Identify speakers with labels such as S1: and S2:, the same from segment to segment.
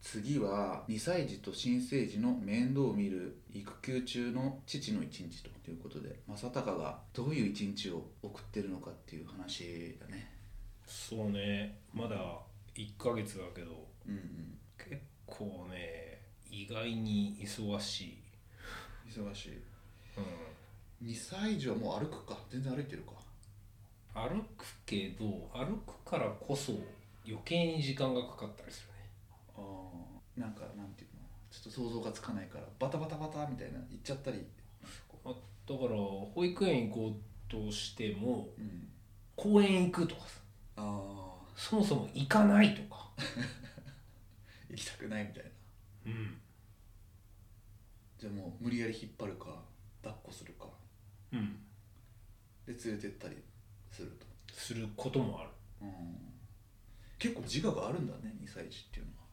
S1: 次は2歳児と新生児の面倒を見る育休中の父の一日ということで正隆がどういう一日を送ってるのかっていう話だね
S2: そうねまだ1ヶ月だけど
S1: うんうん
S2: 結構ね意外に忙しい、
S1: 忙しい
S2: うん、
S1: 2歳児はもう歩くか全然歩いてるか
S2: 歩くけど歩くからこそ余計に時間がかかったりするね
S1: ああなんかなんていうのちょっと想像がつかないからバタバタバタみたいな行っちゃったり
S2: あだから保育園行こうとしても
S1: うん
S2: 公園行くとかさ
S1: ああ
S2: そもそも行かないとか
S1: 行きたくないみたいな
S2: うん
S1: じゃあもう無理やり引っ張るか抱っこするか
S2: うん
S1: で連れてったりすると、
S2: することもある
S1: うん、結構自我があるんだね2歳児っていうのは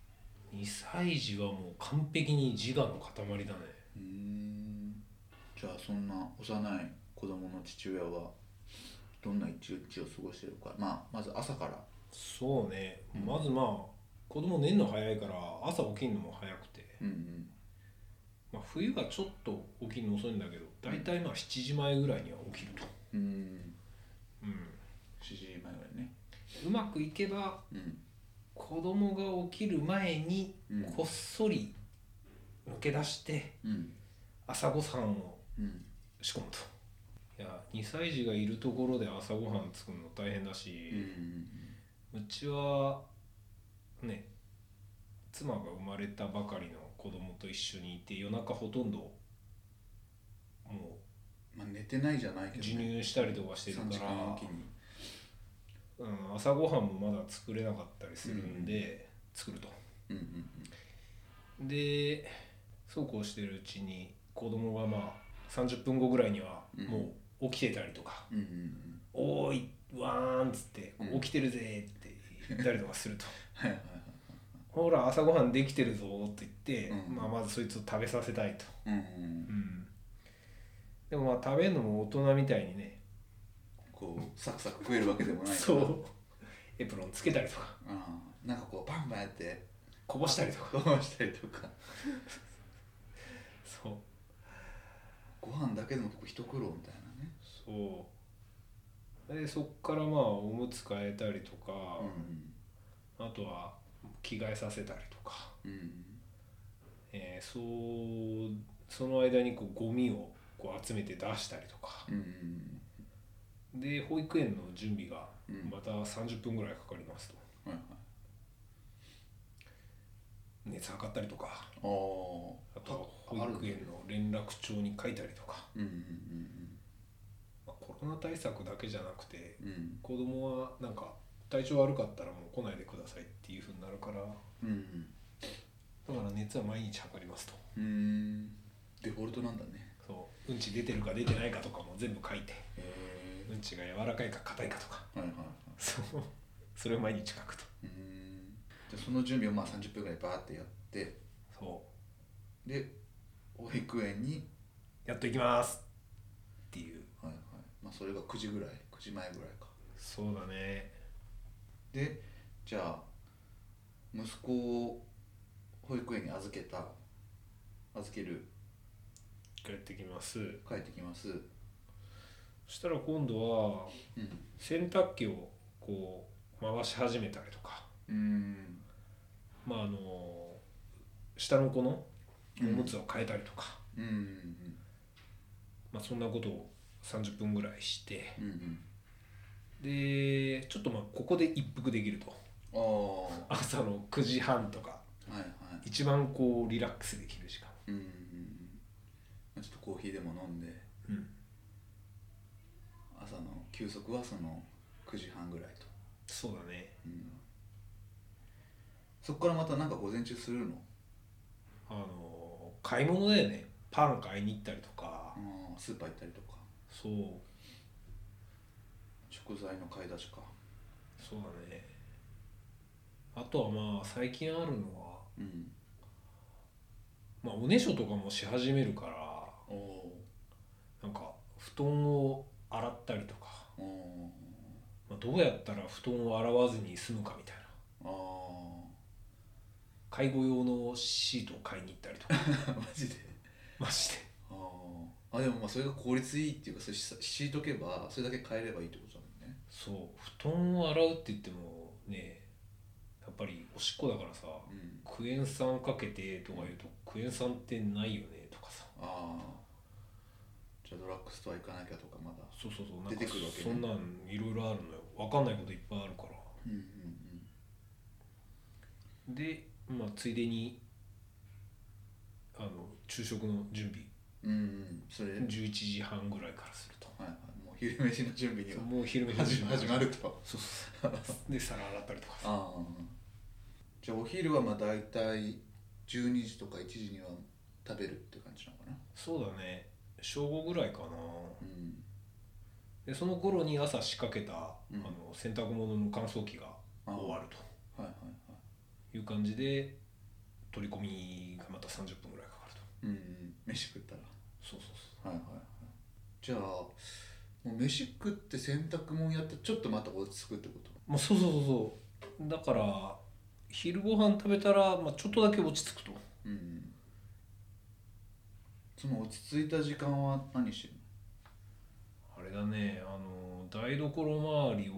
S2: 2歳児はもう完璧に自我の塊だね
S1: うーんじゃあそんな幼い子供の父親はどんな一日を過ごしてるか、まあ、まず朝から
S2: そうねまずまあ子供寝るの早いから朝起きるのも早くて、
S1: うんうん
S2: まあ、冬はちょっと起きるの遅いんだけど大体まあ7時前ぐらいには起きると、
S1: うーん
S2: う
S1: 7時前ぐらいね
S2: ん、うまくいけば
S1: うん
S2: 子供が起きる前に
S1: うん
S2: こっそり抜け出して
S1: うん
S2: 朝ごはんを
S1: うん
S2: 仕込むといや2歳児がいるところで朝ごはん作るの大変だ
S1: う
S2: し、
S1: ん
S2: うちはね妻が生まれたばかりの子供と一緒にいて夜中ほとんども
S1: まあ寝てないじゃないけ
S2: う
S1: ど、
S2: 授乳したりとかしてるか
S1: 3時
S2: ら、
S1: 間おきに
S2: うん、朝ごはんもまだ作れなかったりするんで、作ると
S1: うんうん
S2: でそうこうしてるうちに子供がまあ30分後ぐらいには
S1: うん
S2: もう起きてたりとか
S1: うんうんうん
S2: 「おーいわーん」っつって
S1: う
S2: 「
S1: ん
S2: 起きてるぜ」って言ったりとかすると
S1: はいはいは
S2: 「ほら朝ごはんできてるぞ」って言って、
S1: うん
S2: まあ、まずそいつを食べさせたいと、
S1: いうんうん
S2: でもまあ食べるのも大人みたいにね
S1: こうサクサク食えるわけでもないから
S2: そうエプロンつけたりとか
S1: うんなんかこうバンバンやって
S2: こぼしたりと
S1: こ
S2: か
S1: ぼしたりとか
S2: そう
S1: ご飯だけでも結構一苦労みたいなね
S2: そうでそっからまあおむつ替えたりとか、
S1: う
S2: あとは着替えさせたりとか、
S1: んうん
S2: えーそうその間にこうゴミをこう集めて出したりとか
S1: うんうん
S2: で保育園の準備が
S1: うん
S2: また30分ぐらいかかりますと、
S1: はいはい
S2: 熱測ったりとか
S1: あー
S2: あとは
S1: あ
S2: 保
S1: ある
S2: 育園の連絡帳に書いたりとか、
S1: うん
S2: まあコロナ対策だけじゃなくて
S1: うんうんうん
S2: 子供はなんか体調悪かったらもう来ないでくださいっていうふうになるから
S1: うんうん
S2: だから熱は毎日測りますと
S1: うーんデフォルトなんだね
S2: そううんち出てるか出てないかとかも全部書いて
S1: へ
S2: う
S1: え
S2: んちが柔らかいか硬いかとか
S1: はいはいは
S2: そうそれを毎日書くと
S1: いうーんじゃあその準備をまあ30分ぐらいバーってやって
S2: そ
S1: で保育園に
S2: うやっと行きますっていう
S1: はいはいまあそれが9時ぐらい9時前ぐらいか
S2: そうだね
S1: でじゃあ息子を保育園に預けた預ける
S2: 帰ってきます
S1: 帰ってきます
S2: そしたら今度は
S1: うん
S2: 洗濯機をこう回し始めたりとか
S1: うーん
S2: まああの下の子のおむつを変えたりとか、
S1: うんうん
S2: まあ、そんなことを30分ぐらいして
S1: うんうん
S2: でちょっとまあここで一服できると
S1: ああは
S2: 朝の9時半とか
S1: いはい
S2: 一番こうリラックスできる時間、
S1: うんうんうんまあちょっとコーヒーでも飲んで
S2: うん、
S1: 朝の休息はその9時半ぐらいと、
S2: そうだね
S1: うん、そこからまたなんか午前中するの
S2: あの買い物だよねパン買いに行ったりとか
S1: あースーパー行ったりとか
S2: そう
S1: 食材の買い出しか
S2: そうだねあとはまあ最近あるのは、
S1: うん
S2: まあ、おねしょとかもし始めるから
S1: おお
S2: なんか布団を洗ったりとか、
S1: ーおー
S2: まあ、どうやったら布団を洗わずに済むかみたいな
S1: ああ
S2: 介護用のシートを買いに行った りとか
S1: マジで
S2: マジで
S1: あーあでもまあそれが効率いいっていうかそれし敷いとけばそれだけ変えればいいってことだもんね
S2: そう布団を洗うって言ってもねやっぱりおしっこだからさ
S1: うん
S2: クエン酸かけてとか言うとクエン酸ってないよねとかさ
S1: ああじゃあドラッグストア行かなきゃとかまだ
S2: そうそうそうなん
S1: 出
S2: か
S1: てくるわけね
S2: そんなんいろいろあるのよ分かんないこといっぱいあるから
S1: うんうん
S2: で、まあ、ついでにあの昼食の準備
S1: うんうんうんそれ、はい
S2: 11時半ぐらいからすると
S1: はい、もう昼飯の準備には
S2: もう昼飯
S1: 始ま始まると
S2: そうそうそうで皿洗ったりとかさ
S1: ああじゃあお昼はまあ大体12時とか1時には食べるって感じなのかな
S2: そうだね正午ぐらいかな
S1: うん
S2: でその頃に朝仕掛けた、
S1: うん
S2: あの洗濯物の乾燥機が終わる
S1: はいはいはい
S2: という感じで取り込みがまた30分ぐらいかかると
S1: うんうん飯食ったら
S2: そうそうそ
S1: はいはいはいじゃあもう飯食って洗濯物やってちょっとまた落ち着くってこと
S2: う、まあ、そうそうそうそうだから昼ご飯食べたら、まあ、ちょっとだけ落ち着くと
S1: うんうんその落ち着いた時間は何してる
S2: あれだねあの台所周りを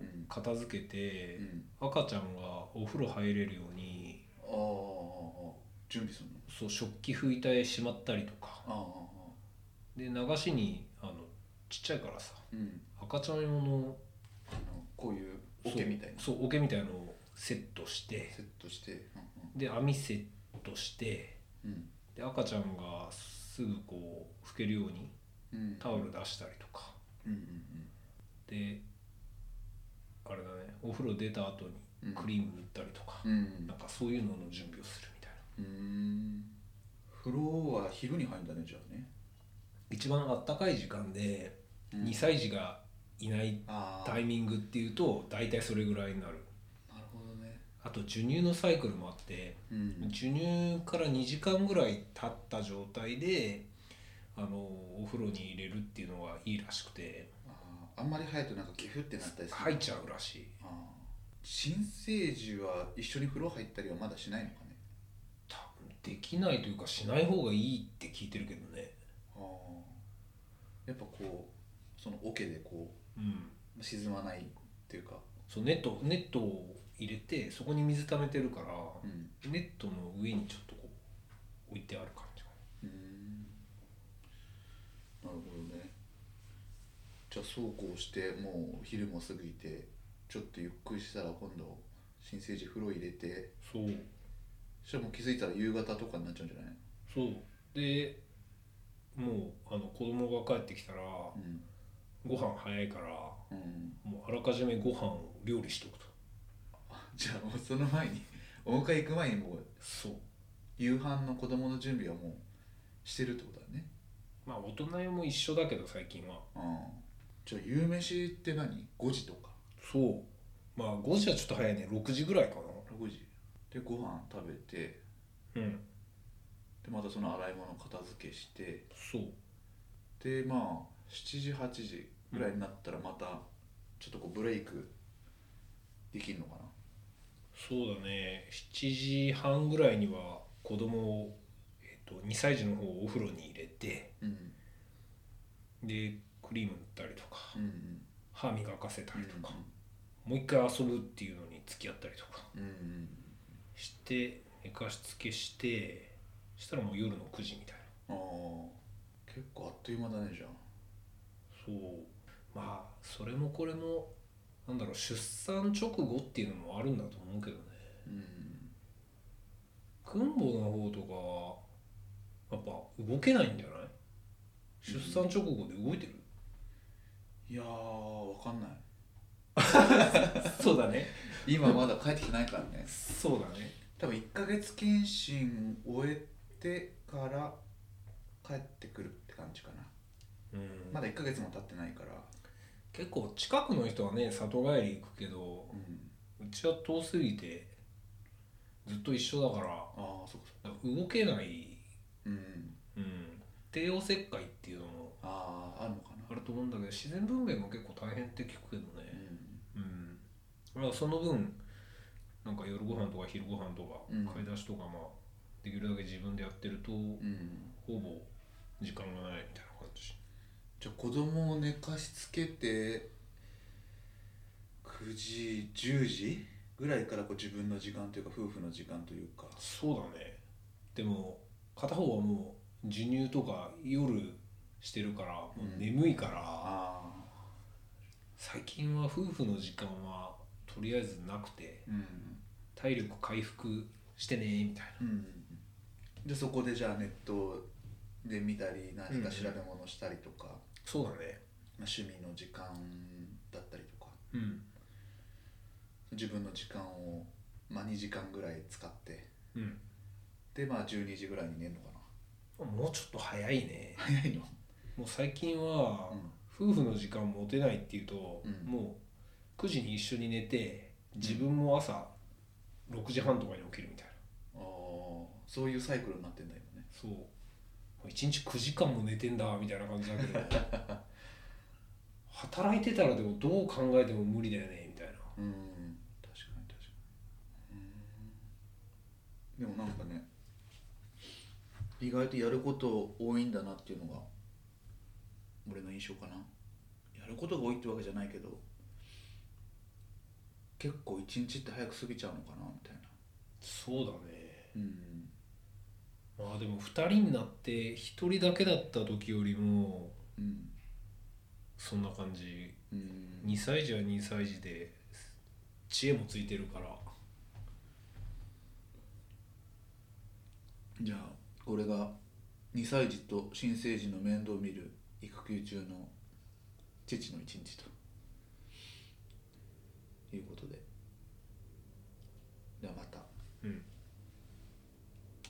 S1: うん
S2: 片付けて、
S1: のうん
S2: 赤ちゃんがお風呂入れるように
S1: ああああああ準備するの
S2: そう食器拭いたりしまったりとか
S1: ああああ
S2: で流しにあのちっちゃいからさ
S1: ああうん
S2: 赤ちゃん用の
S1: あのこういう桶みたいな
S2: そうそう桶みたいのをセットして
S1: セットして
S2: で網セットして
S1: うんうん
S2: で赤ちゃんがすぐこう拭けるように
S1: うん
S2: タオル出したりとか
S1: うんうん
S2: であれだねお風呂出た後
S1: う
S2: に
S1: ん
S2: クリーム塗ったりとか、
S1: うんうん
S2: なんかそういうのの準備をするみたいな
S1: うーん風呂は昼に入るんだねじゃあね
S2: 一番あったかい時間で
S1: うん
S2: 2歳児がいない
S1: ああ
S2: タイミングっていうと大体それぐらいになる
S1: なるほどね
S2: あと授乳のサイクルもあって
S1: うん
S2: 授乳から2時間ぐらい経った状態であのお風呂に入れるっていうのはいいらしくて
S1: あああんまり早いとなんかギフってなったりする
S2: 入っちゃうらしい
S1: ああ新生児は一緒に風呂入ったりはまだしないのかね
S2: 多分できないというかしない方がいいって聞いてるけどね
S1: ああやっぱこうその桶でこ
S2: うん
S1: う沈まないっていうか
S2: そうネットネットを入れてそこに水溜めてるから
S1: うん
S2: ネットの上にちょっとこう置いてある感じかな
S1: うーんなるほどねじゃあそうこうしてもう昼も過ぎてちょっとゆっくりしたら今度新生児風呂入れて
S2: そう
S1: そしたらもう気づいたら夕方とかになっちゃうんじゃない
S2: そうでもうあの子供が帰ってきたら
S1: うん
S2: ご飯早いから
S1: うん
S2: もうあらかじめご飯を料理しとくと
S1: じゃあもうその前にお迎え行く前にもう
S2: そう
S1: 夕飯の子供の準備はもうしてるってことだね
S2: まあ大人用も一緒だけど最近は
S1: ああじゃあ夕飯って何 ?5 時とか
S2: そうまあ5時はちょっと早いね6時ぐらいか
S1: 6時でご飯食べて
S2: なうん
S1: でまたその洗い物片付けして
S2: そう
S1: でまあ7時8時ぐらいになったらまたちょっとこうブレイクできるのか
S2: そうだね7時半ぐらいには子供を、えっと2歳児の方をお風呂に入れて
S1: なうん
S2: でクリーム塗ったりとか
S1: うんうん
S2: 歯磨かせた
S1: うん
S2: りとか、もう一回遊ぶっていうのに付き合ったりとか
S1: うんうん
S2: して寝かしつけしてしたらもう夜の9時みたいな
S1: ああ結構あっという間だねじゃあ
S2: そうまあそれもこれもなんだろう出産直後っていうのもあるんだと思うけどね
S1: うん
S2: くんぼの方とかやっぱ動けないんじゃない出産直後で動いてる、
S1: いやーわかんない
S2: そうだね
S1: 今まだ帰ってきてないからね
S2: そうだね
S1: 多分1ヶ月検診終えてから帰ってくるって感じかな
S2: うん
S1: まだ1ヶ月も経ってないから
S2: 結構近くの人はね里帰り行くけど
S1: うん
S2: うちは遠すぎてずっと一緒だから
S1: ああそっかそっか
S2: 動けない
S1: うん
S2: うん帝王切開っていうのも
S1: あああるのか
S2: あ
S1: な
S2: ると思うんだけど自然分娩も結構大変って聞くけど
S1: う
S2: ね
S1: ん
S2: うんだからその分なんか夜ご飯とか昼ご飯とか、
S1: うん
S2: 買い出しとかまあできるだけ自分でやってると、
S1: うん
S2: ほぼ時間がないみたいな感じ
S1: じゃあ子供を寝かしつけて9時10時ぐらいからこう自分の時間というか夫婦の時間というか
S2: そうだねでも片方はもう授乳とか夜してるからもう眠いから、
S1: ああ
S2: 最近は夫婦の時間はとりあえずなくて
S1: うん
S2: 体力回復してねみたいな
S1: うんでそこでじゃあネットで見たり何か調べ物したりとか、
S2: そうだね
S1: まあ、趣味の時間だったりとか
S2: うん
S1: 自分の時間を、まあ、2時間ぐらい使って
S2: うん
S1: でまあ12時ぐらいに寝るのか
S2: もうちょっと早いね
S1: な早いの
S2: もう最近は
S1: うん
S2: 夫婦の時間持てないっていうと、
S1: うん
S2: もう9時に一緒に寝て自分も朝6時半とかに起きるみたいな
S1: あーそういうサイクルになってんだよね
S2: そうもう1日9時間も寝てんだみたいな感じだけど 働いてたらでもどう考えても無理だよねみたいな
S1: うん確かに確かにうんでもなんかね意外とやること多いんだなっていうのが俺の印象かなやることが多いってわけじゃないけど結構一日って早く過ぎちゃうのかなみたいな
S2: そうだね
S1: うん
S2: まあでも2人になって1人だけだった時よりも
S1: うん
S2: そんな感じ
S1: うん
S2: 2歳児は2歳児で知恵もついてるから
S1: じゃあ俺が2歳児と新生児の面倒を見る育休中の父の一日ということでではまた
S2: うん